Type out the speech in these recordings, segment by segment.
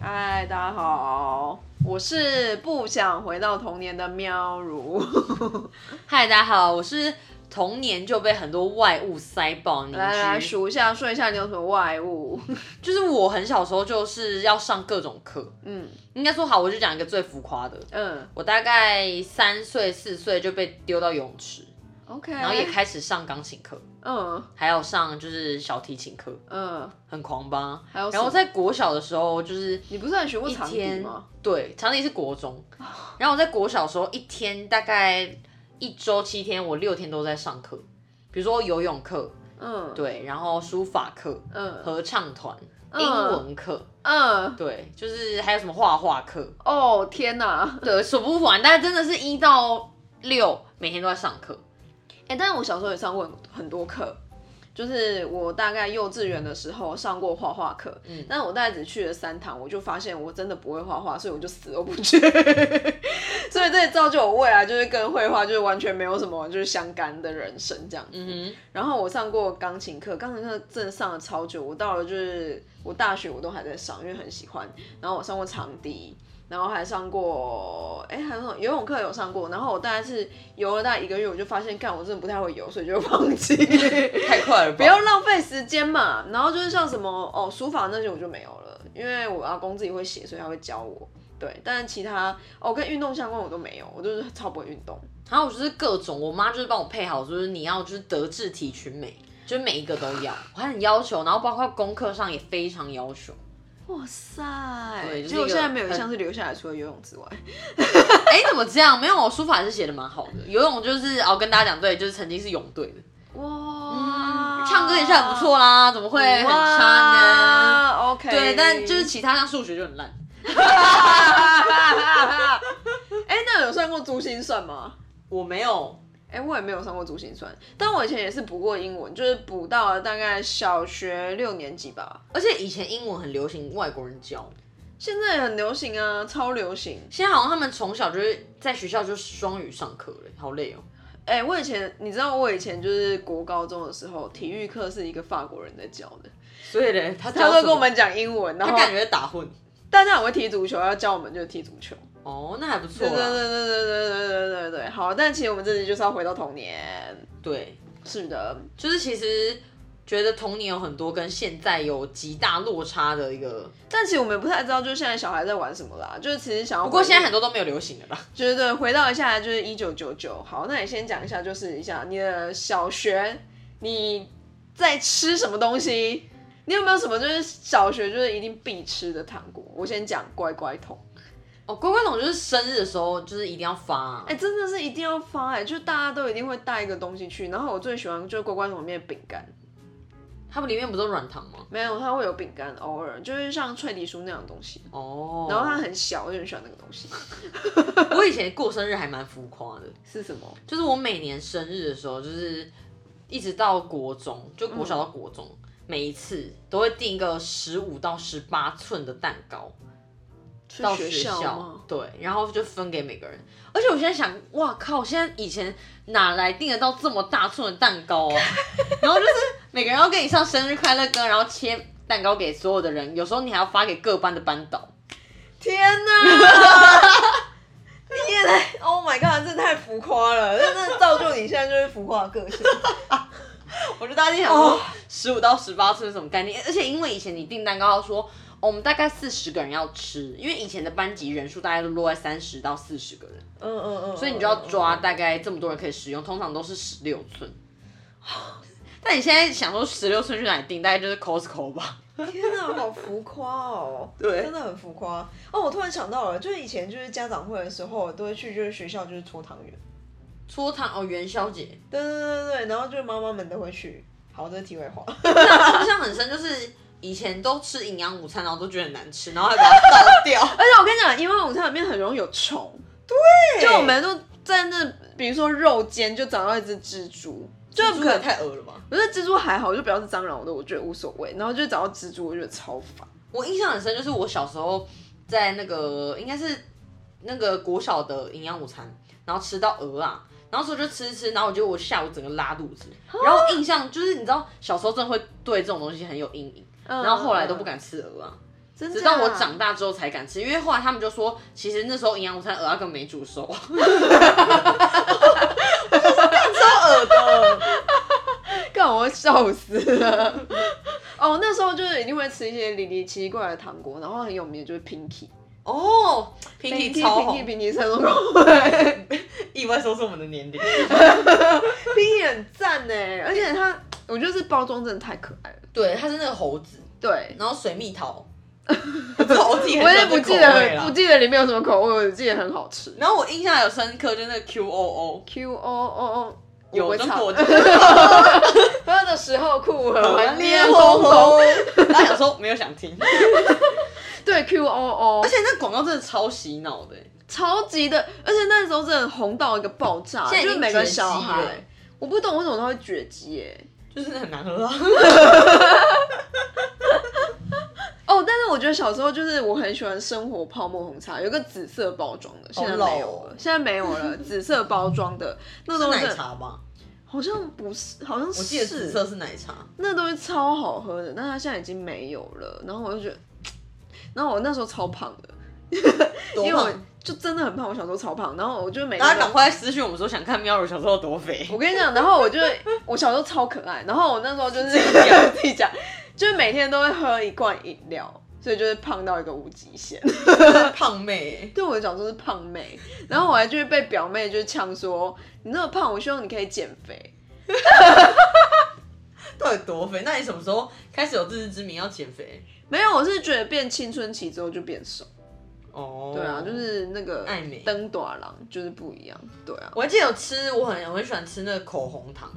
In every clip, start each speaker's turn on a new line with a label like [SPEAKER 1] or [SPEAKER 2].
[SPEAKER 1] 嗨，大家好，我是不想回到童年的喵 如，
[SPEAKER 2] 嗨，大家好，我是童年就被很多外物塞爆，你
[SPEAKER 1] 来来来数一下，说一下你有什么外物。
[SPEAKER 2] 就是我很小时候就是要上各种课，
[SPEAKER 1] 嗯
[SPEAKER 2] 应该说好，我就讲一个最浮夸的，
[SPEAKER 1] 嗯
[SPEAKER 2] 我大概三岁四岁就被丢到游泳池，
[SPEAKER 1] ，OK，
[SPEAKER 2] 然后也开始上钢琴课，
[SPEAKER 1] 嗯
[SPEAKER 2] 还有上就是小提琴课，
[SPEAKER 1] 嗯，
[SPEAKER 2] 很狂吧。
[SPEAKER 1] 还有什么
[SPEAKER 2] 然后在国小的时候就是
[SPEAKER 1] 你不是很学过
[SPEAKER 2] 一
[SPEAKER 1] 长笛
[SPEAKER 2] 天
[SPEAKER 1] 吗？，
[SPEAKER 2] 对，长笛是国 中，然后我在国小的时候一天大概一周七天，我六天都在上课，比如说游泳课，
[SPEAKER 1] 嗯，
[SPEAKER 2] 对，然后书法课、
[SPEAKER 1] 嗯
[SPEAKER 2] 合唱团、
[SPEAKER 1] 嗯
[SPEAKER 2] 英文课，
[SPEAKER 1] 嗯，
[SPEAKER 2] 对，就是还有什么画画课，
[SPEAKER 1] 哦天哪！
[SPEAKER 2] 对，数不完，但真的是一到六每天都在上课，
[SPEAKER 1] 哎、但是我小时候也上过很多课，就是我大概幼稚园的时候上过画画课，嗯，但我大概只去了三堂，我就发现我真的不会画画，所以我就死都不去， 所以这也造就我未来就是跟绘画就是完全没有什么就是相干的人生这样子。
[SPEAKER 2] 嗯
[SPEAKER 1] 然后我上过钢琴课，钢琴课真的上了超久，我到了就是我大学我都还在上，因为很喜欢。然后我上过长笛，然后还上过，哎，还有什么游泳课有上过。然后我大概是游了大概一个月，我就发现干我真的不太会游，所以就放弃。
[SPEAKER 2] 哼，太快了吧，
[SPEAKER 1] 不要浪费时间嘛。然后就是像什么哦，书法那些我就没有了，因为我阿公自己会写，所以他会教我。对，但是其他哦跟运动相关我都没有，我就是超不会运动。
[SPEAKER 2] 然后我就是各种，我妈就是帮我配好，就是你要就是德智体群美，就是每一个都要，我还很要求，然后包括功课上也非常要求。
[SPEAKER 1] 哇塞！
[SPEAKER 2] 对就是
[SPEAKER 1] 结果
[SPEAKER 2] 一个
[SPEAKER 1] 现在没有一
[SPEAKER 2] 很
[SPEAKER 1] 项是留下来，除了游泳之外。
[SPEAKER 2] 哎、怎么这样？没有，我书法还是写的蛮好的，游泳就是哦，跟大家讲，对，就是曾经是泳队的，
[SPEAKER 1] 哇，
[SPEAKER 2] 唱歌也是很不错啦，怎么会很差呢？
[SPEAKER 1] 哇？OK，
[SPEAKER 2] 对，但就是啊其他像数学就很烂，
[SPEAKER 1] 哎、那有算过珠心算吗？
[SPEAKER 2] 我没有，
[SPEAKER 1] 哎、我也没有上过珠心算，但我以前也是补过英文，就是补到了大概小学六年级吧。
[SPEAKER 2] 而且以前英文很流行外国人教，
[SPEAKER 1] 现在也很流行啊，超流行。
[SPEAKER 2] 现在好像他们从小就是在学校就是双语上课了，好累哦。
[SPEAKER 1] 哎、我以前你知道，我以前就是国高中的时候，体育课是一个法国人在教的，
[SPEAKER 2] 所以嘞， 他
[SPEAKER 1] 他
[SPEAKER 2] 教
[SPEAKER 1] 会
[SPEAKER 2] 会
[SPEAKER 1] 跟我们讲英文，然
[SPEAKER 2] 他
[SPEAKER 1] 后
[SPEAKER 2] 感觉在打混。
[SPEAKER 1] 但他很会踢足球，要教我们就是踢足球。
[SPEAKER 2] 哦，那还不错
[SPEAKER 1] 对对
[SPEAKER 2] 啦。
[SPEAKER 1] 对对对对对对对对。好，但其实我们这集就是要回到童年。
[SPEAKER 2] 对，
[SPEAKER 1] 是的，
[SPEAKER 2] 就是其实觉得童年有很多跟现在有极大落差的一个，
[SPEAKER 1] 但其实我们不太知道，就是现在小孩在玩什么啦。就是其实想要回，
[SPEAKER 2] 不过现在很多都没有流行了啦。
[SPEAKER 1] 就是对，回到一下就是一九九九。好，那你先讲一下，就是一下你的小学你在吃什么东西？你有没有什么就是小学就是一定必吃的糖果？我先讲乖乖桶，
[SPEAKER 2] 哦，乖乖桶就是生日的时候就是一定要发、啊，
[SPEAKER 1] 哎、真的是一定要发哎、就大家都一定会带一个东西去。然后我最喜欢就是乖乖桶里面的饼干，
[SPEAKER 2] 他们里面不都是软糖吗？
[SPEAKER 1] 没有它会有饼干，偶尔就是像脆皮酥那种东西。
[SPEAKER 2] 哦，
[SPEAKER 1] 然后它很小，我就很喜欢那个东西。
[SPEAKER 2] 我以前过生日还蛮浮夸的，
[SPEAKER 1] 是什么？
[SPEAKER 2] 就是我每年生日的时候，就是一直到国中，就国
[SPEAKER 1] 嗯
[SPEAKER 2] 小到国中，每一次都会订一个十五到十八寸的蛋糕
[SPEAKER 1] 去
[SPEAKER 2] 到
[SPEAKER 1] 学
[SPEAKER 2] 校，
[SPEAKER 1] 吗？
[SPEAKER 2] 对，然后就分给每个人。而且我现在想，哇靠，现在以前哪来订得到这么大寸的蛋糕啊？ 然后就是每个人要跟你唱生日快乐歌，然后切蛋糕给所有的人，有时候你还要发给各班的班导。
[SPEAKER 1] 天 哪！你也太 Oh my God，这太浮夸了，这真的造就你现在就是浮夸的个性。
[SPEAKER 2] 我就大家就想
[SPEAKER 1] 哦
[SPEAKER 2] 说，十五到十八寸是什么概念？而且因为以前你订蛋糕要说，哦我们大概四十个人要吃，因为以前的班级人数大概都落在三十到四十个人，
[SPEAKER 1] 嗯嗯嗯，
[SPEAKER 2] 所以你就要抓大概这么多人可以使用，通常都是十六 寸。但你现在想说十六寸去哪里订？大概就是 Costco 吧。
[SPEAKER 1] 天哪，好浮夸哦！
[SPEAKER 2] 对
[SPEAKER 1] 真的很浮夸哦。我突然想到了，就是以前就是家长会的时候，都会去就是学校就是搓汤圆，
[SPEAKER 2] 搓糖哦，元宵节
[SPEAKER 1] 对对对对对，然后就是妈妈们都会去。好，这是题外话。
[SPEAKER 2] 印象很深，就是以前都吃营养午餐，然后都觉得很难吃，然后还把它倒 掉。
[SPEAKER 1] 而且我跟你讲，因为午餐里面很容易有虫，对，就我们都在那，比如说肉间就长到一只蜘蛛，就
[SPEAKER 2] 这
[SPEAKER 1] 不
[SPEAKER 2] 不
[SPEAKER 1] 可
[SPEAKER 2] 可太恶了吧？
[SPEAKER 1] 我觉得蜘蛛还好，就不要是蟑螂，我都我觉得无所谓。然后就找到蜘蛛，我觉得超烦。
[SPEAKER 2] 我印象很深，就是我小时候在那个应该是那个国小的营养午餐，然后吃到鹅啊，然后所以我就吃吃，然后我觉得我下午整个拉肚子，然后印象就是你知道小时候真的会对这种东西很有阴影，
[SPEAKER 1] 嗯
[SPEAKER 2] 然后后来都不，敢吃鹅啊，
[SPEAKER 1] 真
[SPEAKER 2] 直到我
[SPEAKER 1] 假
[SPEAKER 2] 长大之后才敢吃，因为后来他们就说，其实那时候营养午餐鹅啊根本没煮 熟，
[SPEAKER 1] 超恶的，干我会笑死了。 哦，那时候就是一定会吃一些离离奇怪的糖果，然后很有名的就是 Pinky，
[SPEAKER 2] 哦，平底超
[SPEAKER 1] Pinky
[SPEAKER 2] 红，
[SPEAKER 1] Pinky 超红
[SPEAKER 2] 意外说是我们的年龄，
[SPEAKER 1] ，Pinky 很赞呢，欸而且它我觉得是包装真的太可爱了。
[SPEAKER 2] 对，它是那个猴子，
[SPEAKER 1] 对，
[SPEAKER 2] 然后水蜜桃， 我知道我自己很
[SPEAKER 1] 我
[SPEAKER 2] 喜
[SPEAKER 1] 也
[SPEAKER 2] 欢
[SPEAKER 1] 不
[SPEAKER 2] 这口
[SPEAKER 1] 记
[SPEAKER 2] 味
[SPEAKER 1] 得
[SPEAKER 2] 啦
[SPEAKER 1] 不记得里面有什么口味，我记得很好吃。
[SPEAKER 2] 然后我印象有深刻，就是那个 Q O O，
[SPEAKER 1] Q O O O
[SPEAKER 2] 有
[SPEAKER 1] 我
[SPEAKER 2] 中
[SPEAKER 1] 唱
[SPEAKER 2] 国
[SPEAKER 1] 喝的时候酷很
[SPEAKER 2] 蓝
[SPEAKER 1] 顽
[SPEAKER 2] 脸
[SPEAKER 1] 劣
[SPEAKER 2] 红
[SPEAKER 1] 红
[SPEAKER 2] 红
[SPEAKER 1] 红。，
[SPEAKER 2] 大家有时候没有想听，
[SPEAKER 1] 对 Q O O，
[SPEAKER 2] 而且那广告真的超洗脑的欸，
[SPEAKER 1] 超级的，而且那时候真的红到一个爆炸，
[SPEAKER 2] 现
[SPEAKER 1] 啊
[SPEAKER 2] 在已
[SPEAKER 1] 就
[SPEAKER 2] 经
[SPEAKER 1] 是每个
[SPEAKER 2] 绝迹
[SPEAKER 1] 小
[SPEAKER 2] 了欸
[SPEAKER 1] 孩，我不懂为什么他会绝迹哎、
[SPEAKER 2] 就是很难喝啊。
[SPEAKER 1] 哦，但是我觉得小时候就是我很喜欢生活泡沫红茶，有一个紫色包装的，现在没有
[SPEAKER 2] 老哦
[SPEAKER 1] 了，现在没有 了，紫色包装的那
[SPEAKER 2] 是
[SPEAKER 1] 东西
[SPEAKER 2] 奶
[SPEAKER 1] 真的
[SPEAKER 2] 茶吧？
[SPEAKER 1] 好像不是，好像
[SPEAKER 2] 我记得紫
[SPEAKER 1] 是
[SPEAKER 2] 色是奶茶。
[SPEAKER 1] 那东西超好喝的，但它现在已经没有了，然后我就觉得，然后我那时候超胖的，
[SPEAKER 2] 多
[SPEAKER 1] 因为我
[SPEAKER 2] 胖！
[SPEAKER 1] 就真的很胖，我小时候超胖，然后我就每天
[SPEAKER 2] 大家
[SPEAKER 1] 都
[SPEAKER 2] 赶快私讯我们说想看喵儿小时候多肥。
[SPEAKER 1] 我跟你讲，然后我 就我小时候超可爱，然后我那时候就是自己讲，就是每天都会喝一罐饮料，所以就是胖到一个无极限。
[SPEAKER 2] 就是胖妹，欸
[SPEAKER 1] 对我讲说是胖妹，然后我还就是被表妹就是呛说你那么胖，我希望你可以减肥。
[SPEAKER 2] 到底多肥？那你什么时候开始有自知之明要减肥？
[SPEAKER 1] 没有，我是觉得变青春期之后就变瘦。
[SPEAKER 2] 哦，
[SPEAKER 1] 对啊，就是那个
[SPEAKER 2] 爱美
[SPEAKER 1] 灯短郎就是不一样。对啊，
[SPEAKER 2] 我还记得有吃，我很我很喜欢吃那个口红糖，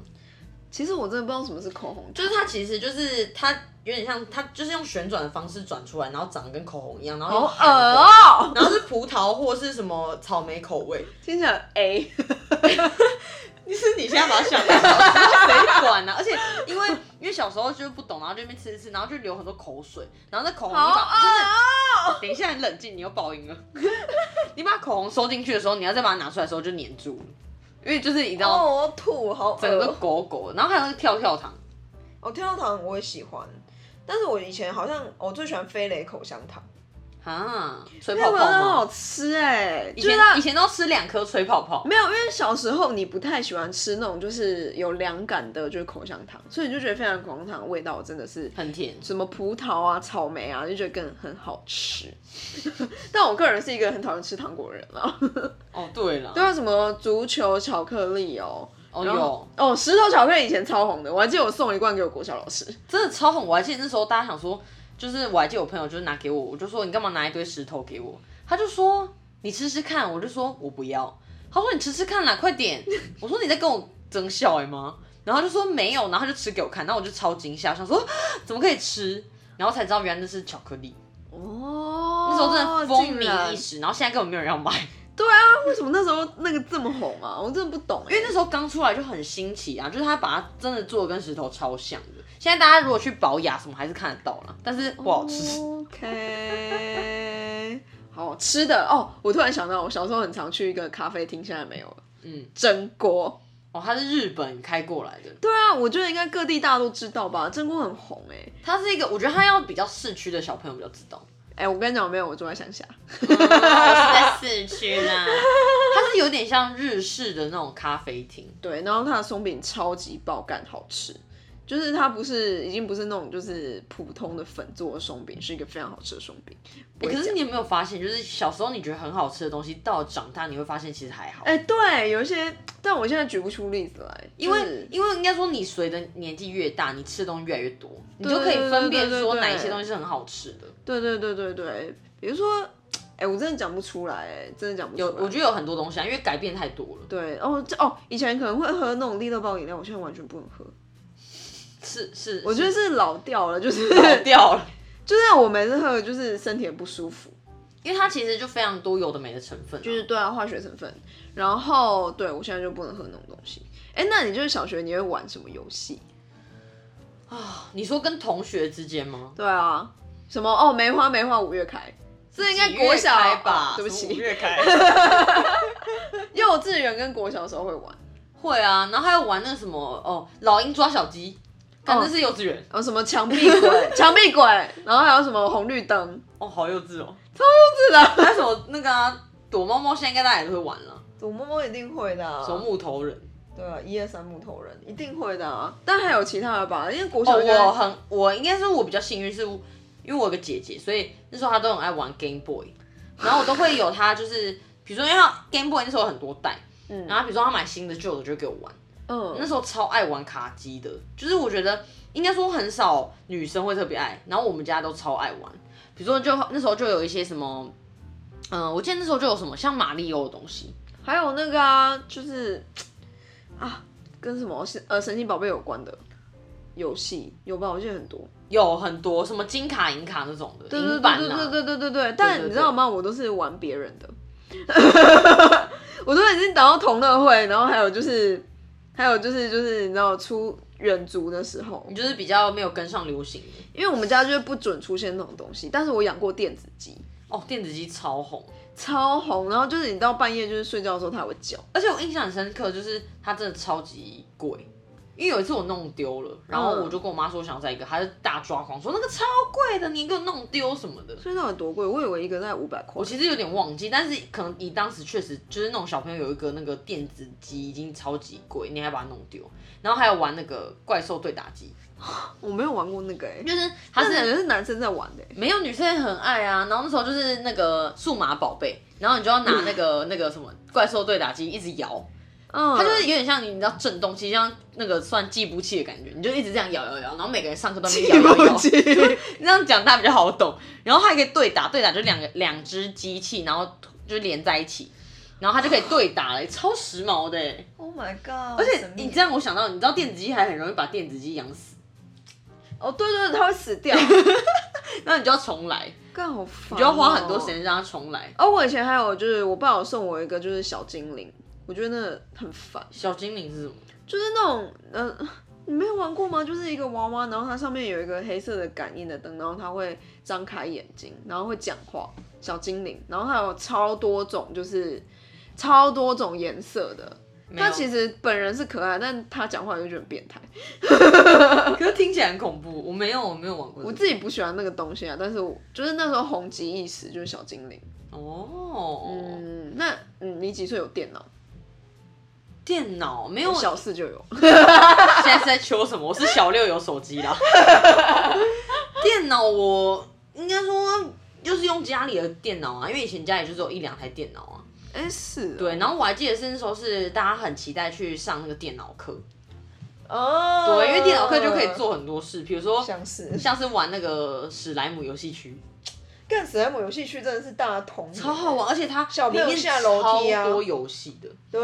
[SPEAKER 1] 其实我真的不知道什么是口红，就
[SPEAKER 2] 就是它其实就是它有点像它就是用旋转的方式转出来，然后长得跟口红一样，然后
[SPEAKER 1] 好
[SPEAKER 2] 用
[SPEAKER 1] 恶
[SPEAKER 2] 韩国
[SPEAKER 1] 哦、
[SPEAKER 2] 然后是葡萄或是什么草莓口味。
[SPEAKER 1] 听起来很 A
[SPEAKER 2] 你是 你现在把它想到 谁管呢、啊？而且因为因为小时候就是不懂，然后就在那边吃吃吃，然后就流很多口水，然后那口红
[SPEAKER 1] 好
[SPEAKER 2] 就把真的，
[SPEAKER 1] 恶哦、
[SPEAKER 2] 等一下你冷静，你又爆音了。 你把口红收进去的时候，你要再把它拿出来的时候就粘住了，因为就是你知道
[SPEAKER 1] 哦，我吐，好恶
[SPEAKER 2] 整个都狗狗，然后还有那个跳跳糖，
[SPEAKER 1] 哦，跳跳糖我也喜欢，但是我以前好像我最喜欢飞雷口香糖，
[SPEAKER 2] 啊，吹
[SPEAKER 1] 跳
[SPEAKER 2] 泡
[SPEAKER 1] 跳
[SPEAKER 2] 泡
[SPEAKER 1] 糖很
[SPEAKER 2] 吗
[SPEAKER 1] 好？吃哎、欸，
[SPEAKER 2] 以
[SPEAKER 1] 就是嗯
[SPEAKER 2] 前
[SPEAKER 1] 它
[SPEAKER 2] 以前都吃两颗吹泡泡，
[SPEAKER 1] 没有，因为小时候你不太喜欢吃那种就是有凉感的，就是口香糖，所以你就觉得飞扬口香糖的味道真的是
[SPEAKER 2] 很甜。
[SPEAKER 1] 什么葡萄啊、草莓啊，就觉得更很好吃。 但我个人是一个很讨厌吃糖果的人啊，
[SPEAKER 2] 哦，对了，
[SPEAKER 1] 对啊，什么足球巧克力哦。
[SPEAKER 2] 哦
[SPEAKER 1] 然
[SPEAKER 2] 有
[SPEAKER 1] 后。哦，石头巧克力以前超红的，我还记得我送一罐给我国小老师。
[SPEAKER 2] 真的超红，我还记得那时候大家想说，就是我还记得我朋友就是拿给我，我就说你干嘛拿一堆石头给我？他就说你吃吃看，我就说我不要。他说你吃吃看啦，快点。我说你在跟我争笑哎、吗？然后他就说没有，然后他就吃给我看，然后我就超惊吓，想说啊怎么可以吃？然后才知道原来那是巧克力，
[SPEAKER 1] 哦
[SPEAKER 2] 那时候真的风
[SPEAKER 1] 竟然
[SPEAKER 2] 靡一时，然后现在根本没有人要买，
[SPEAKER 1] 对啊，为什么那时候那个这么红啊？我真的不懂欸、
[SPEAKER 2] 因为那时候刚出来就很新奇啊，就是他把它真的做的跟石头超像的。现在大家如果去保养什么还是看得到啦，但是不好吃。
[SPEAKER 1] 哦 OK，好吃的哦，我突然想到，我小时候很常去一个咖啡厅，现在没有了。
[SPEAKER 2] 嗯，
[SPEAKER 1] 蒸锅。
[SPEAKER 2] 哦，它是日本开过来的，
[SPEAKER 1] 对啊，我觉得应该各地大家都知道吧，蒸锅很红哎、
[SPEAKER 2] 它是一个，我觉得它要比较市区的小朋友比较知 道。
[SPEAKER 1] 哎、我跟你讲，没有，我住在乡下。哦
[SPEAKER 2] 我是在市区啦， 它是有点像日式的那种咖啡厅，
[SPEAKER 1] 对，然后它的松饼超级爆干好吃，就是它不是已经不是那种就是普通的粉做的松饼，是一个非常好吃的松饼。
[SPEAKER 2] 欸
[SPEAKER 1] 我
[SPEAKER 2] 可
[SPEAKER 1] 也
[SPEAKER 2] 是
[SPEAKER 1] 讲
[SPEAKER 2] 你有没有发现，就是小时候你觉得很好吃的东西，到长大你会发现其实还好，
[SPEAKER 1] 哎、对，有一些，但我现在举不出例子来，
[SPEAKER 2] 因
[SPEAKER 1] 就
[SPEAKER 2] 为
[SPEAKER 1] 是
[SPEAKER 2] 因为应该说你随着年纪越大，你吃的东西越来越多，你就
[SPEAKER 1] 对
[SPEAKER 2] 可以
[SPEAKER 1] 对
[SPEAKER 2] 分
[SPEAKER 1] 对
[SPEAKER 2] 辨
[SPEAKER 1] 对
[SPEAKER 2] 说
[SPEAKER 1] 对
[SPEAKER 2] 哪一些东西是很好吃的。
[SPEAKER 1] 对对对对对，比如说，哎、我真的讲不出来、哎，真的讲不出
[SPEAKER 2] 有
[SPEAKER 1] 来。
[SPEAKER 2] 我觉得有很多东西啊，因为改变太多了，
[SPEAKER 1] 对哦，这哦，以前可能会喝那种利乐包饮料，我现在完全不能喝。
[SPEAKER 2] 是是，
[SPEAKER 1] 我觉得是老掉了，就是
[SPEAKER 2] 跑掉了。
[SPEAKER 1] 就是我每次喝就是身体也不舒服，
[SPEAKER 2] 因为它其实就非常多有的没的成分啊、
[SPEAKER 1] 就是对啊化学成分。然后对我现在就不能喝那种东西。哎，那你就是小学你会玩什么游戏？
[SPEAKER 2] 啊你说跟同学之间吗？
[SPEAKER 1] 对啊，什么哦梅花梅花五月开，这应该国小
[SPEAKER 2] 啊几月开吧、
[SPEAKER 1] 哦对不
[SPEAKER 2] 什么五
[SPEAKER 1] 起，
[SPEAKER 2] 月开。
[SPEAKER 1] 幼稚园跟国小的时候会玩。
[SPEAKER 2] 会啊，然后还有玩那个什么哦，老鹰抓小鸡，反
[SPEAKER 1] 哦
[SPEAKER 2] 正是幼稚园
[SPEAKER 1] 有什么墙壁 鬼、墙壁鬼，然后还有什么红绿灯，
[SPEAKER 2] 哦，好幼稚哦。
[SPEAKER 1] 是的，
[SPEAKER 2] 还有什么那个啊躲猫猫，现在应该大家也都会玩了，
[SPEAKER 1] 躲猫猫一定会的、啊
[SPEAKER 2] 什么木头人。
[SPEAKER 1] 对啊，一二三木头人一定会的啊，但还有其他的吧，因为国
[SPEAKER 2] 哦，
[SPEAKER 1] 小就在
[SPEAKER 2] 我很我应该说我比较幸运，是因为我有个姐姐，所以那时候她都很爱玩 Game Boy，然后我都会有她就是，比如说因为她 Game Boy 那时候有很多代，
[SPEAKER 1] 嗯
[SPEAKER 2] 然后比如说她买新的旧的就会给我玩，那
[SPEAKER 1] 嗯，
[SPEAKER 2] 时候超爱玩卡机的，就是我觉得应该说很少女生会特别爱，然后我们家都超爱玩，比如说就那时候就有一些什么，嗯、我记得那时候就有什么像马里奥的东西，
[SPEAKER 1] 还有那个啊，就是啊，跟什么是呃神奇宝贝有关的游戏有吧？我记得很多，
[SPEAKER 2] 有很多什么金卡银卡那种的
[SPEAKER 1] 对
[SPEAKER 2] 银
[SPEAKER 1] 对
[SPEAKER 2] 版
[SPEAKER 1] 对对
[SPEAKER 2] 啊，
[SPEAKER 1] 对对对对。但
[SPEAKER 2] 对
[SPEAKER 1] 你知道吗？我都是玩别人的， 我都已经打到同乐会，然后还有就是还有就是就是你知道出远足的时候，
[SPEAKER 2] 你就是比较没有跟上流行的。
[SPEAKER 1] 因为我们家就是不准出现那种东西，但是我养过电子鸡。
[SPEAKER 2] 哦，电子鸡超红，
[SPEAKER 1] 超红，然后就是你到半夜就是睡觉的时候，它还会叫。
[SPEAKER 2] 而且我印象很深刻，就是它真的超级贵。因为有一次我弄丢了，然后
[SPEAKER 1] 嗯
[SPEAKER 2] 我就跟我妈说我想要再一个，她就大抓狂说那个超贵的，你给我弄丢什么的。
[SPEAKER 1] 所以到底多贵？我以为一个在五百块
[SPEAKER 2] 我。其实有点忘记，但是可能你当时确实就是那种小朋友有一个那个电子机已经超级贵，你还把它弄丢，然后还有玩那个怪兽对打机，
[SPEAKER 1] 我没有玩过那个哎、欸，
[SPEAKER 2] 就是它
[SPEAKER 1] 但是感
[SPEAKER 2] 是
[SPEAKER 1] 觉是男生在玩的、欸。
[SPEAKER 2] 没有女生也很爱啊，然后那时候就是那个数码宝贝，然后你就要拿那 个、那个什么怪兽对打机一直摇，
[SPEAKER 1] 嗯，
[SPEAKER 2] 它就是有点像你知道震动器，像那个算计步器的感觉，你就一直这样摇摇摇，然后每个人上课都没摇摇摇，这样讲大家比较好懂。然后它还可以对打，对打就两个两只机器，然后就连在一起，然后它就可以对打了，超时髦的欸。
[SPEAKER 1] ？Oh my god！
[SPEAKER 2] 而且你这样，我想到，你知道电子鸡还很容易把电子鸡养死，
[SPEAKER 1] 哦，对对对，它会死掉，
[SPEAKER 2] 那你就要重来，
[SPEAKER 1] 干好烦、
[SPEAKER 2] 你就要花很多时。间让它重来。
[SPEAKER 1] 哦，我以前还有就是我爸有送我一个就是小精灵，我觉得那个很烦，
[SPEAKER 2] 小精灵是什么？
[SPEAKER 1] 就是那种呃，你没有玩过吗？就是一个娃娃，然后它上面有一个黑色的感应的灯，然后它会张开眼睛，然后会讲话，小精灵，然后它有超多种，就是超多种颜色的。它其
[SPEAKER 2] 实
[SPEAKER 1] 实本人是可爱，但它讲话就觉得很变态。
[SPEAKER 2] 可是听起来很恐怖，我没有我没有玩过这个、
[SPEAKER 1] 我自己不喜欢那个东西啊，但是我就是那时候红极一时，就是小精灵。
[SPEAKER 2] 哦，
[SPEAKER 1] 嗯，那嗯，你几岁有电脑？
[SPEAKER 2] 电脑没有
[SPEAKER 1] 我小四就有。
[SPEAKER 2] 现在是在求什么？我是小六有手 机啦。电脑我应该说就是用家里的电脑啊，因为以前家里就只有一两台电脑啊。
[SPEAKER 1] 哎、是、哦。
[SPEAKER 2] 对，然后我还记得是那时候是大家很期待去上那个电脑课，
[SPEAKER 1] 哦
[SPEAKER 2] 对，因为电脑课就可以，做很多事，比如说
[SPEAKER 1] 像是
[SPEAKER 2] 呃像是玩那个史莱姆游戏区，
[SPEAKER 1] 干史莱姆游戏区真的是大同，
[SPEAKER 2] 超好。玩，而且它
[SPEAKER 1] 小
[SPEAKER 2] 里
[SPEAKER 1] 朋友
[SPEAKER 2] 面
[SPEAKER 1] 下楼梯啊
[SPEAKER 2] 超多游戏的，
[SPEAKER 1] 对，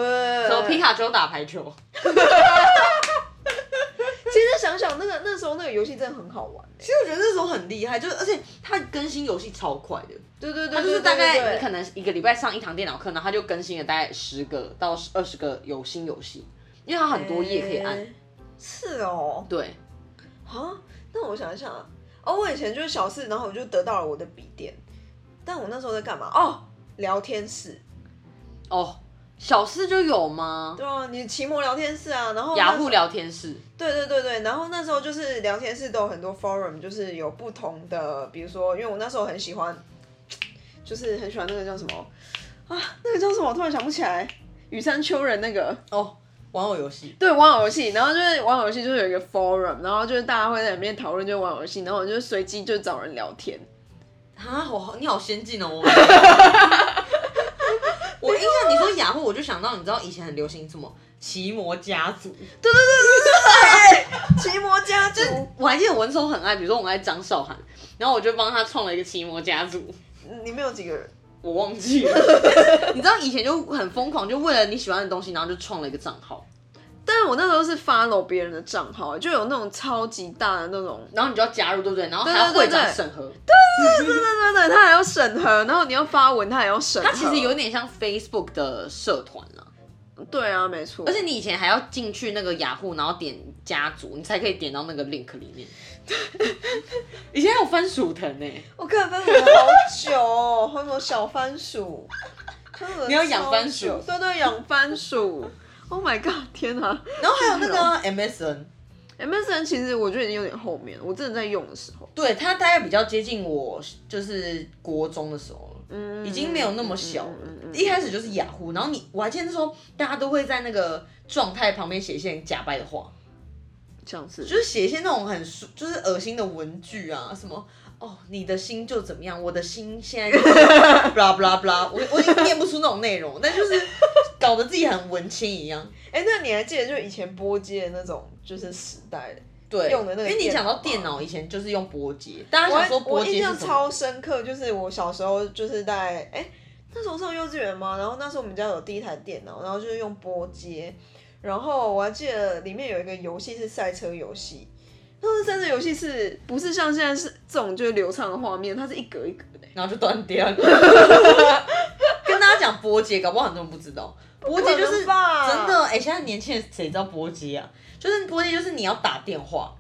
[SPEAKER 2] 什么皮卡丘打排球，
[SPEAKER 1] 其实想想那个那时候那个游戏真的很好玩、欸
[SPEAKER 2] 其实我觉得那时候很厉害，就是而且它更新游戏超快的，
[SPEAKER 1] 对对对，
[SPEAKER 2] 他就是大
[SPEAKER 1] 对对
[SPEAKER 2] 概
[SPEAKER 1] 对
[SPEAKER 2] 你可能一个礼拜上一堂电脑课，然后他就更新了大概十个到二十个有新游戏，因为它很多页可以按。
[SPEAKER 1] 哎是哦，
[SPEAKER 2] 对，
[SPEAKER 1] 啊，那我想一下啊，哦，我以前就是小四，然后我就得到了我的笔电，但我那时候在干嘛？哦，聊天室。
[SPEAKER 2] 哦，小四就有吗？
[SPEAKER 1] 对啊，你奇摩聊天室啊，然后
[SPEAKER 2] 雅
[SPEAKER 1] 那时
[SPEAKER 2] 虎
[SPEAKER 1] 候
[SPEAKER 2] 聊天室，
[SPEAKER 1] 对对对对，然后那时候就是聊天室都有很多 forum，就是有不同的，比如说，因为我那时候很喜欢，就是很喜欢那个叫什么啊，那个叫什么，我突然想不起来，雨山丘人那个。
[SPEAKER 2] 哦，玩偶游戏，
[SPEAKER 1] 对，玩偶游戏，然后就是玩偶游戏就是有一个 forum，然后就是大家会在里面讨论，就是玩偶游戏，然后我就随机就找人聊天。
[SPEAKER 2] 啊，我好你好先进哦，我。 我印象你说雅虎，我就想到你知道以前很流行什么奇摩家族，
[SPEAKER 1] 奇摩家族，
[SPEAKER 2] 我还记得我那时候很爱，比如说我很爱张韶涵，然后我就帮他创了一个奇摩家族。
[SPEAKER 1] 里面有几个人？
[SPEAKER 2] 我忘记了。 你知道以前就很疯狂，就为了你喜欢的东西，然后就创了一个账号，
[SPEAKER 1] 但是我那时候是 follow 别人的账号，就有那种超级大的那种，
[SPEAKER 2] 然后你就要加入，对不对？然后还
[SPEAKER 1] 对
[SPEAKER 2] 要
[SPEAKER 1] 对
[SPEAKER 2] 会
[SPEAKER 1] 对
[SPEAKER 2] 长审核。
[SPEAKER 1] 对对对对，他还要审核，然后你要发文，他还要审核。
[SPEAKER 2] 它其实有点像 Facebook 的社团了，
[SPEAKER 1] 对啊，没错。
[SPEAKER 2] 而且你以前还要进去那个雅虎，然后点家族，你才可以点到那个 link 里面。 以前还有番薯藤欸呢、
[SPEAKER 1] 我看番薯好久、哦，还有什么小番薯？
[SPEAKER 2] 你要养番薯
[SPEAKER 1] 对对，养番薯。 Oh my god！天哪、
[SPEAKER 2] 然后还 有那个啊 MSN，
[SPEAKER 1] m s n 其实我觉得已经有点后面，我真的在用的时候，
[SPEAKER 2] 对它大概比较接近我就是国中的时候了。已经没有那么小了
[SPEAKER 1] 嗯嗯嗯嗯嗯嗯
[SPEAKER 2] 一开始就是雅虎，然后你我还记得那时候大家都会在那个状态旁边写一些假掰的话，
[SPEAKER 1] 像是
[SPEAKER 2] 就是写一些那种很舒就是恶心的文句啊，什么哦，你的心就怎么样，我的心现在就 blah blah blah，我我已经念不出那种内容，但就是搞得自己很文青一样。
[SPEAKER 1] 哎、那你还记得就以前波街的那种就是时代，
[SPEAKER 2] 对，
[SPEAKER 1] 用的那个
[SPEAKER 2] 因为你
[SPEAKER 1] 电脑
[SPEAKER 2] 讲到
[SPEAKER 1] 啊
[SPEAKER 2] 电脑，以前就是用波接，大家
[SPEAKER 1] 我
[SPEAKER 2] 想
[SPEAKER 1] 还
[SPEAKER 2] 说波
[SPEAKER 1] 我印
[SPEAKER 2] 接
[SPEAKER 1] 象
[SPEAKER 2] 是什么？
[SPEAKER 1] 超深刻，就是我小时候就是在哎、那时候上幼稚园嘛，然后那时候我们家有第一台电脑，然后就是用拨接，然后我还记得里面有一个游戏是赛车游戏，那是赛车游戏是不是像现在是这种就是流畅的画面，它是一格一格的、
[SPEAKER 2] 然后就断掉了。 跟大家讲波接，搞不好很多人不知道，波接就是
[SPEAKER 1] 不可能吧
[SPEAKER 2] 真的。哎、现在年轻人谁知道波接啊？就是波接，就是你要打电话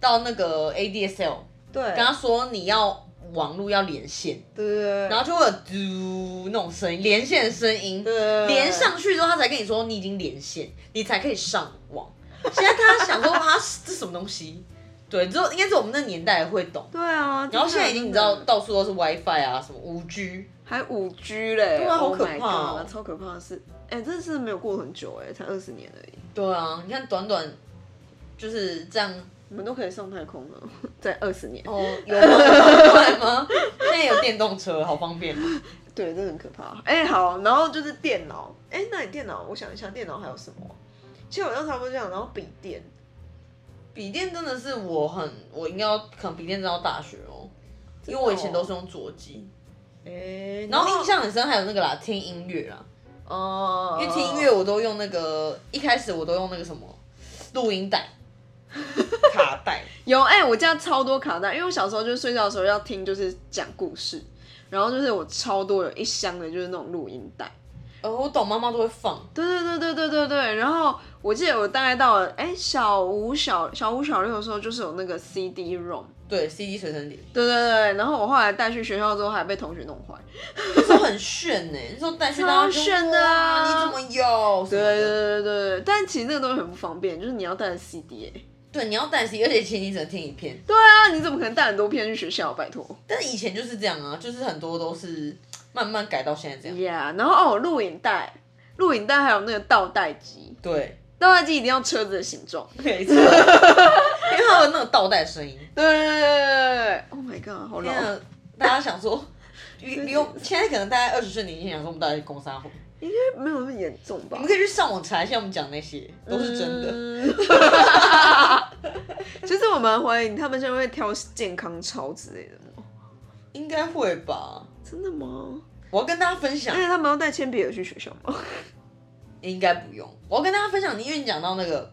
[SPEAKER 2] 到那个 ADSL，
[SPEAKER 1] 对，
[SPEAKER 2] 跟他说你要网络要连线，
[SPEAKER 1] 对对对，
[SPEAKER 2] 然后就会有嘟那种声音，连线的声音，
[SPEAKER 1] 对
[SPEAKER 2] 连上去之后他才跟你说你已经连线，你才可以上网。现在大家想说他这什么东西？对，只有应该是我们那年代会懂。
[SPEAKER 1] 对啊，
[SPEAKER 2] 然后现在已经你知
[SPEAKER 1] 真
[SPEAKER 2] 道
[SPEAKER 1] 的
[SPEAKER 2] 到处都是 WiFi 啊，什么五 G，
[SPEAKER 1] 还五 G 嘞，
[SPEAKER 2] 对啊好
[SPEAKER 1] Oh
[SPEAKER 2] 可
[SPEAKER 1] my
[SPEAKER 2] 怕哦
[SPEAKER 1] God，超可怕的是，哎、真的是没有过很久哎、才二十年而已，
[SPEAKER 2] 对啊，你看短短就是这样
[SPEAKER 1] 我们都可以上太空了， 在二十年，
[SPEAKER 2] 哦，有方快 吗？现在有电动车，好方便。
[SPEAKER 1] 对，真的很可怕。哎、好，然后就是电脑，哎、那你电脑，我想一下，电脑还有什么？其实好像差不多这样，然后笔电，
[SPEAKER 2] 笔电真的是我很，我应该要可能笔电真的要大学哦，因为我以前都是用左机，
[SPEAKER 1] 哎、
[SPEAKER 2] 然后印，象很深还有那个啦，听音乐啦，
[SPEAKER 1] 哦、
[SPEAKER 2] 因为听音乐我都用那个，一开始我都用那个什么录音带、 卡带，
[SPEAKER 1] 有哎、我家超多卡带，因为我小时候就是睡觉的时候要听，就是讲故事，然后就是我超多有一箱的，就是那种录音带。
[SPEAKER 2] 呃，我懂妈妈都会放，
[SPEAKER 1] 对对对对对对对。然后我记得我大概到了哎、小五小小五小六的时候，就是有那个 CD ROM。
[SPEAKER 2] 对，CD 随身碟，
[SPEAKER 1] 对对对，然后我后来带去学校之后，还被同学弄坏。
[SPEAKER 2] 那时候很炫呢、那时候带去大家就
[SPEAKER 1] 超炫的啊
[SPEAKER 2] 哇你怎么有？
[SPEAKER 1] 对
[SPEAKER 2] 对
[SPEAKER 1] 对对对对对，但其实那个东西很不方便，就是你要带着 CD、欸。
[SPEAKER 2] 对，你要带 CD，而且其实你只能听一片，
[SPEAKER 1] 对啊，你怎么可能带很多片去学校？拜托。
[SPEAKER 2] 但是以前就是这样啊，就是很多都是慢慢改到现在这样，
[SPEAKER 1] Yeah，然后哦，录影带，录影带还有那个倒带机，
[SPEAKER 2] 对。
[SPEAKER 1] 倒带机一定要车子的形状。
[SPEAKER 2] 没 错，因为它有那种倒带声音。
[SPEAKER 1] 对对对对对对，Oh my god，好
[SPEAKER 2] 天
[SPEAKER 1] 老。
[SPEAKER 2] 啊，大家想说，比比我现在可能大概二十岁年轻人想说我们到底在攻杀会，
[SPEAKER 1] 没有那么严重吧
[SPEAKER 2] 我们？可以去上网查一下我们讲那些都是真的。
[SPEAKER 1] 嗯的。 其实我蛮怀疑他们现在会挑健康操之类的吗？
[SPEAKER 2] 应该会吧？
[SPEAKER 1] 真的吗？
[SPEAKER 2] 我要跟大家分享
[SPEAKER 1] 而，哎且他们要带铅笔盒去学校吗？
[SPEAKER 2] 应该不用。我要跟大家分享，因为你讲到那个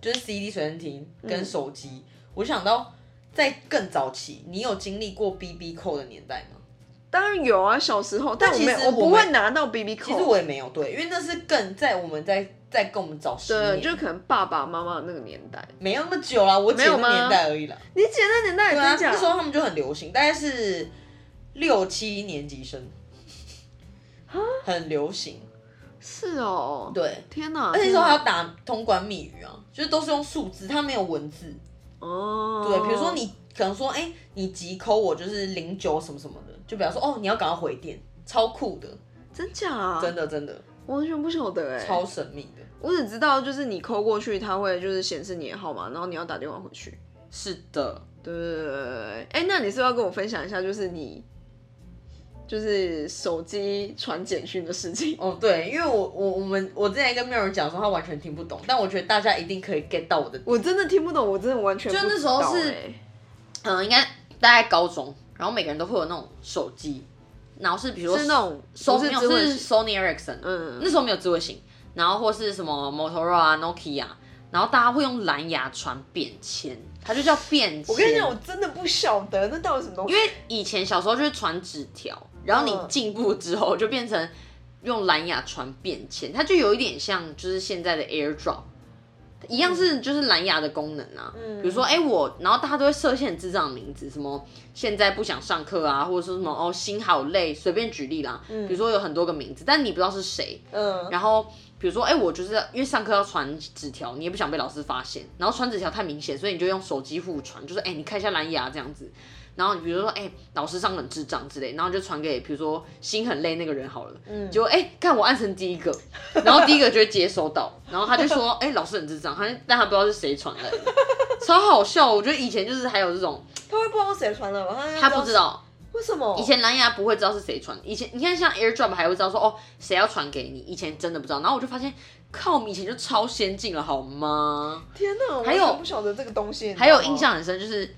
[SPEAKER 2] 就是 CD 随身听跟手机，我想到在更早期，你有经历过 BB 扣的年代吗？
[SPEAKER 1] 当然有啊，小时候，但我
[SPEAKER 2] 其
[SPEAKER 1] 没
[SPEAKER 2] 实
[SPEAKER 1] 有，我
[SPEAKER 2] 我
[SPEAKER 1] 不
[SPEAKER 2] 们
[SPEAKER 1] 会拿到 BB 扣。
[SPEAKER 2] 其实我也没有对，因为那是更在我们在在跟我们早十
[SPEAKER 1] 嗯对，
[SPEAKER 2] 年，
[SPEAKER 1] 就是可能爸爸妈妈那个年代，
[SPEAKER 2] 没有那么久啦，我姐
[SPEAKER 1] 没有
[SPEAKER 2] 那
[SPEAKER 1] 吗
[SPEAKER 2] 年代而已啦。
[SPEAKER 1] 你姐那年代也
[SPEAKER 2] 对啊
[SPEAKER 1] 真，假
[SPEAKER 2] 那时候他们就很流行，大概是六七年级生，很流行。
[SPEAKER 1] 是哦，
[SPEAKER 2] 对，
[SPEAKER 1] 天哪！
[SPEAKER 2] 而且那
[SPEAKER 1] 天
[SPEAKER 2] 时候
[SPEAKER 1] 哪
[SPEAKER 2] 还要打通关密语啊，就是都是用数字，它没有文字。
[SPEAKER 1] 哦，
[SPEAKER 2] 对，比如说你可能说，哎、你急扣我就是零九什么什么的，就比方说，哦，你要赶快回电，超酷的，
[SPEAKER 1] 真假啊，
[SPEAKER 2] 真的真的
[SPEAKER 1] 我完全不晓得哎，
[SPEAKER 2] 超神秘的。
[SPEAKER 1] 我只知道就是你扣过去，它会就是显示你的号码，然后你要打电话回去。
[SPEAKER 2] 是的，
[SPEAKER 1] 对对对对对，哎，那你是不是要跟我分享一下，就是你就是手机传简讯的事情？
[SPEAKER 2] 哦对，因为我我我们我之前跟妙人讲说，他完全听不懂，但我觉得大家一定可以 get 到我的
[SPEAKER 1] 我真的听不懂，我真的完全
[SPEAKER 2] 就
[SPEAKER 1] 不
[SPEAKER 2] 那
[SPEAKER 1] 知
[SPEAKER 2] 时候
[SPEAKER 1] 道
[SPEAKER 2] 是
[SPEAKER 1] 欸
[SPEAKER 2] 嗯，应该大概高中，然后每个人都会有那种手机，然后是比如说
[SPEAKER 1] 是那种
[SPEAKER 2] 手
[SPEAKER 1] 手
[SPEAKER 2] 没
[SPEAKER 1] 是
[SPEAKER 2] 有
[SPEAKER 1] 智慧
[SPEAKER 2] 是
[SPEAKER 1] 型，
[SPEAKER 2] Sony Ericsson，呃
[SPEAKER 1] 嗯
[SPEAKER 2] 那时候没有智慧型，然后或是什么 Motorola、Nokia，然后大家会用蓝牙传便签，它就叫便签。
[SPEAKER 1] 我跟你讲，我真的不晓得那到底什么东西
[SPEAKER 2] 因。为以前小时候就是传纸条，然后你
[SPEAKER 1] 嗯
[SPEAKER 2] 进步之后就变成用蓝牙传便签，它就有一点像就是现在的 AirDrop，一样是就是蓝牙的功能啊。比如说哎、我，然后大家都会设限智障名字，什么现在不想上课啊，或者说什么哦心好累，随便举例啦。比如说有很多个名字，但你不知道是谁，
[SPEAKER 1] 嗯，
[SPEAKER 2] 然后比如说，哎、我就是因为上课要传纸条，你也不想被老师发现，然后传纸条太明显，所以你就用手机互传，就是哎、你看一下蓝牙这样子。然后你比如说，哎、老师上很智障之类，然后就传给比如说心很累那个人好了，嗯，结果哎、看我按成第一个，然后第一个就会接收到，然后他就说，哎、老师很智障，他就但他不知道是谁传来的，超好笑。我觉得以前就是还有这种，
[SPEAKER 1] 他会不知道谁传的吗？他应该
[SPEAKER 2] 他不知道，
[SPEAKER 1] 为什么
[SPEAKER 2] 以前蓝牙不会知道是谁传，以前你看像 AirDrop 还会知道说哦谁要传给你，以前真的不知道。然后我就发现，靠，我们以前就超先进了好吗？
[SPEAKER 1] 天哪，我
[SPEAKER 2] 还有
[SPEAKER 1] 完全不晓得这个东西，你知道吗
[SPEAKER 2] 还有印象很深就是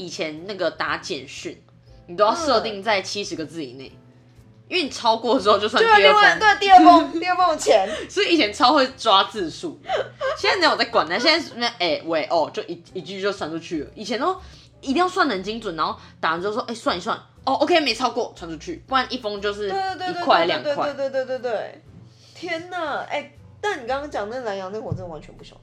[SPEAKER 2] 以前那个打简讯，你都要设定在七十个字以内，因为你超过之后就
[SPEAKER 1] 嗯
[SPEAKER 2] 算
[SPEAKER 1] 对啊，
[SPEAKER 2] 第
[SPEAKER 1] 另外
[SPEAKER 2] 二封，
[SPEAKER 1] 对第二封第二封的钱，
[SPEAKER 2] 所以以前超会抓字数。现在哪有在管呢？现在那哎、喂哦，就一一句就传出去了。以前都一定要算得很精准，然后打完之后说哎、算一算，哦 OK 没超过传出去，不然一封就是
[SPEAKER 1] 对对对
[SPEAKER 2] 一
[SPEAKER 1] 对
[SPEAKER 2] 块
[SPEAKER 1] 对
[SPEAKER 2] 两
[SPEAKER 1] 对
[SPEAKER 2] 块
[SPEAKER 1] 对。对对对对，天哪，哎，但你刚刚讲那蓝洋那个我真的完全不晓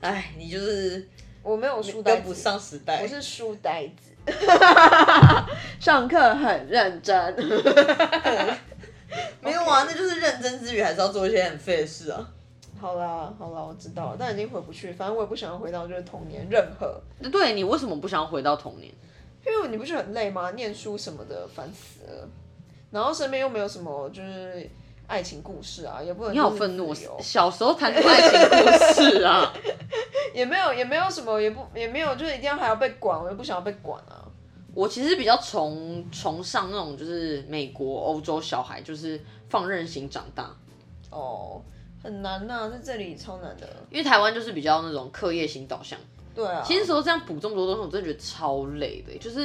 [SPEAKER 1] 得，
[SPEAKER 2] 哎，你就是
[SPEAKER 1] 我没有书呆
[SPEAKER 2] 跟
[SPEAKER 1] 子，
[SPEAKER 2] 不上时代。
[SPEAKER 1] 我是书呆子，上课很认真。
[SPEAKER 2] 没有啊，那就是认真之余还是要做一些很费的事啊。
[SPEAKER 1] 好啦好啦，我知道了，但已经回不去，反正我也不想要回到就是童年任何，
[SPEAKER 2] 对你为什么不想回到童年？
[SPEAKER 1] 因为你不是很累吗？念书什么的，烦死了。然后身边又没有什么就是爱情故事啊，也不能
[SPEAKER 2] 你好愤怒哦
[SPEAKER 1] 就是自由，
[SPEAKER 2] 小时候谈过爱情故事 啊。
[SPEAKER 1] 也没有也没有什么，也不也没有就是一定要还要被管，我也不想要被管啊。
[SPEAKER 2] 我其实比较崇崇尚那种就是美国、欧洲小孩就是放任型长大，
[SPEAKER 1] 哦，很难呐、在这里超难的。
[SPEAKER 2] 因为台湾就是比较那种课业型导向。
[SPEAKER 1] 对啊，
[SPEAKER 2] 其实那时候这样补这么多东西，我真的觉得超累的，就是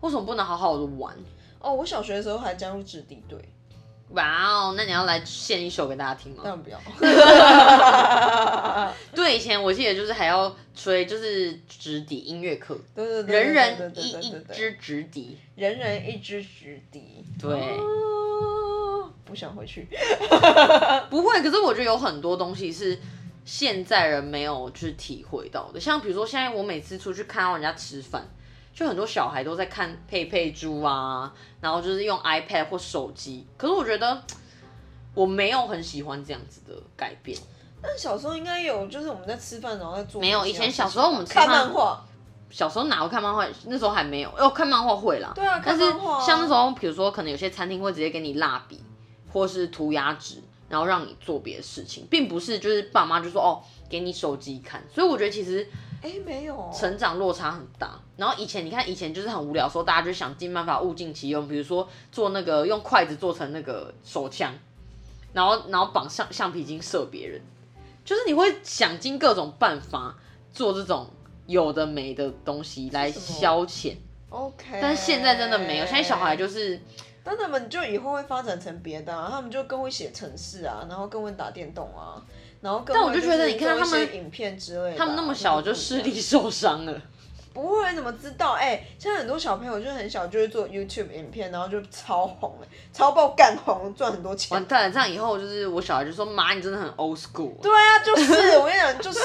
[SPEAKER 2] 为什么不能好好的玩？
[SPEAKER 1] 哦，我小学的时候还加入质地队，
[SPEAKER 2] 哇哦，那你要来献一首给大家听吗？
[SPEAKER 1] 但不 要。
[SPEAKER 2] 对，以前我记得就是还要吹，就是直笛音乐课，
[SPEAKER 1] 对对对对，对
[SPEAKER 2] 人人
[SPEAKER 1] 对
[SPEAKER 2] 一
[SPEAKER 1] 对
[SPEAKER 2] 一
[SPEAKER 1] 对对
[SPEAKER 2] 支直笛。
[SPEAKER 1] 人人一支直笛。
[SPEAKER 2] 对
[SPEAKER 1] 啊不想回去。
[SPEAKER 2] 不会，可是我觉得有很多东西是现在人没有去体会到的，像比如说现在我每次出去看到人家吃饭，就很多小孩都在看佩佩猪啊，然后就是用 iPad 或手机，可是我觉得我没有很喜欢这样子的改变。
[SPEAKER 1] 但小时候应该有，就是我们在吃饭然后在做。啊
[SPEAKER 2] 没有以前小时候我们吃
[SPEAKER 1] 看
[SPEAKER 2] 饭
[SPEAKER 1] 漫画，
[SPEAKER 2] 小时候哪会看漫画？那时候还没有，哦，看漫画会啦。对
[SPEAKER 1] 啊看
[SPEAKER 2] 但是
[SPEAKER 1] 漫画啊
[SPEAKER 2] 像那时候，比如说可能有些餐厅会直接给你蜡笔或是涂鸦纸，然后让你做别的事情，并不是就是爸妈就说哦给你手机看。所以我觉得其实
[SPEAKER 1] 哎，没有哦。
[SPEAKER 2] 成长落差很大。然后以前你看以前就是很无聊的时候，大家就想尽办法物尽其用，比如说做那个用筷子做成那个手枪，然后然后绑橡橡皮筋射别人，就是你会想尽各种办法做这种有的没的东西来
[SPEAKER 1] 是什么
[SPEAKER 2] 消遣。
[SPEAKER 1] OK。
[SPEAKER 2] 但是现在真的没有，现在小孩就是
[SPEAKER 1] 但他们就以后会发展成别的、啊，他们就更会写程式啊，然后更会打电动啊，然后更
[SPEAKER 2] 但我
[SPEAKER 1] 会
[SPEAKER 2] 就觉得
[SPEAKER 1] 是
[SPEAKER 2] 你看
[SPEAKER 1] 做一
[SPEAKER 2] 他们
[SPEAKER 1] 些影片之类的啊、
[SPEAKER 2] 他们那么小就
[SPEAKER 1] 就是不一
[SPEAKER 2] 视
[SPEAKER 1] 样
[SPEAKER 2] 力受伤了。
[SPEAKER 1] 不会怎么知道？哎、现在很多小朋友就是很小就会做 YouTube 影片，然后就超红哎、超爆干红，赚很多
[SPEAKER 2] 完
[SPEAKER 1] 钱。
[SPEAKER 2] 蛋了，这样以后就是我啊小孩就说妈，你真的很 old school。
[SPEAKER 1] 对啊，就是我跟你讲，就是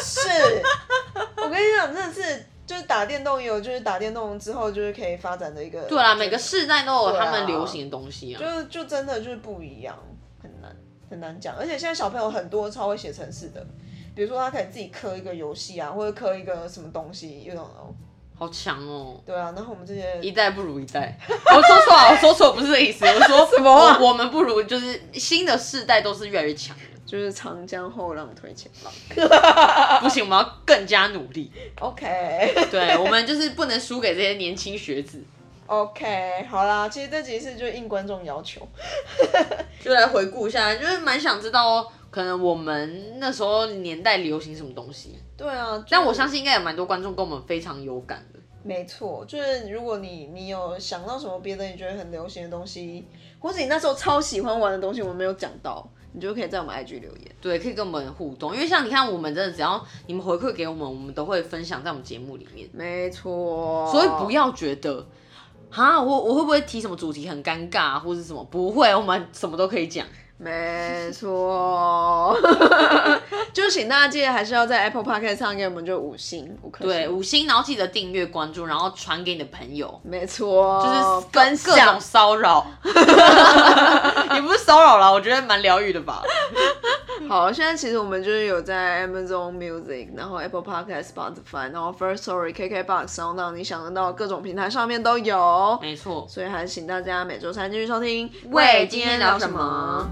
[SPEAKER 1] 我跟你讲，真的是就是打电动也有，就是打电动之后就是可以发展的一个。
[SPEAKER 2] 对啦，每个世代都有
[SPEAKER 1] 对啊
[SPEAKER 2] 他们流行的东西啊。
[SPEAKER 1] 就就真的就是不一样，很难很难讲。而且现在小朋友很多超会写程式的，比如说他可以自己刻一个游戏啊，或者刻一个什么东西，you don't know。
[SPEAKER 2] 好强哦！
[SPEAKER 1] 对啊，然后我们这些
[SPEAKER 2] 一代不如一代， 我说错啊了，我说错，不是这个意思。我说 什么、啊我？我们不如就是新的世代都是越来越强的，
[SPEAKER 1] 就是长江后浪推前浪。
[SPEAKER 2] 不行，我们要更加努力。
[SPEAKER 1] OK。
[SPEAKER 2] 对，我们就是不能输给这些年轻学子。
[SPEAKER 1] OK，好啦，其实这集是就应观众要求，
[SPEAKER 2] 就来回顾一下，就是蛮想知道，哦可能我们那时候年代流行什么东西。
[SPEAKER 1] 对啊，
[SPEAKER 2] 但我相信应该有蛮多观众跟我们非常有感的。
[SPEAKER 1] 没错，就是如果你你有想到什么别的你觉得很流行的东西，或者你那时候超喜欢玩的东西，我们没有讲到，你就可以在我们 IG 留言。
[SPEAKER 2] 对，可以跟我们互动，因为像你看，我们真的只要你们回馈给我们，我们都会分享在我们节目里面。
[SPEAKER 1] 没错，
[SPEAKER 2] 所以不要觉得，哈，我我会不会提什么主题很尴尬、啊、或是什么？不会，我们什么都可以讲。
[SPEAKER 1] 没错，就请大家记得还是要在 Apple Podcast 上给我们就五星五颗星。
[SPEAKER 2] 对，五星，然后记得订阅、关注，然后传给你的朋友，
[SPEAKER 1] 没错，
[SPEAKER 2] 就是各
[SPEAKER 1] 分
[SPEAKER 2] 各种
[SPEAKER 1] 享。
[SPEAKER 2] 骚扰，也不是骚扰啦，我觉得蛮疗愈的吧。
[SPEAKER 1] 好，现在其实我们就是有在 Amazon Music，然后 Apple Podcast、Spotify，然后 First Story、KKBox，然后让你想得到各种平台上面都有。
[SPEAKER 2] 没错。
[SPEAKER 1] 所以还是请大家每周三继续收听。
[SPEAKER 2] 喂今天聊什么？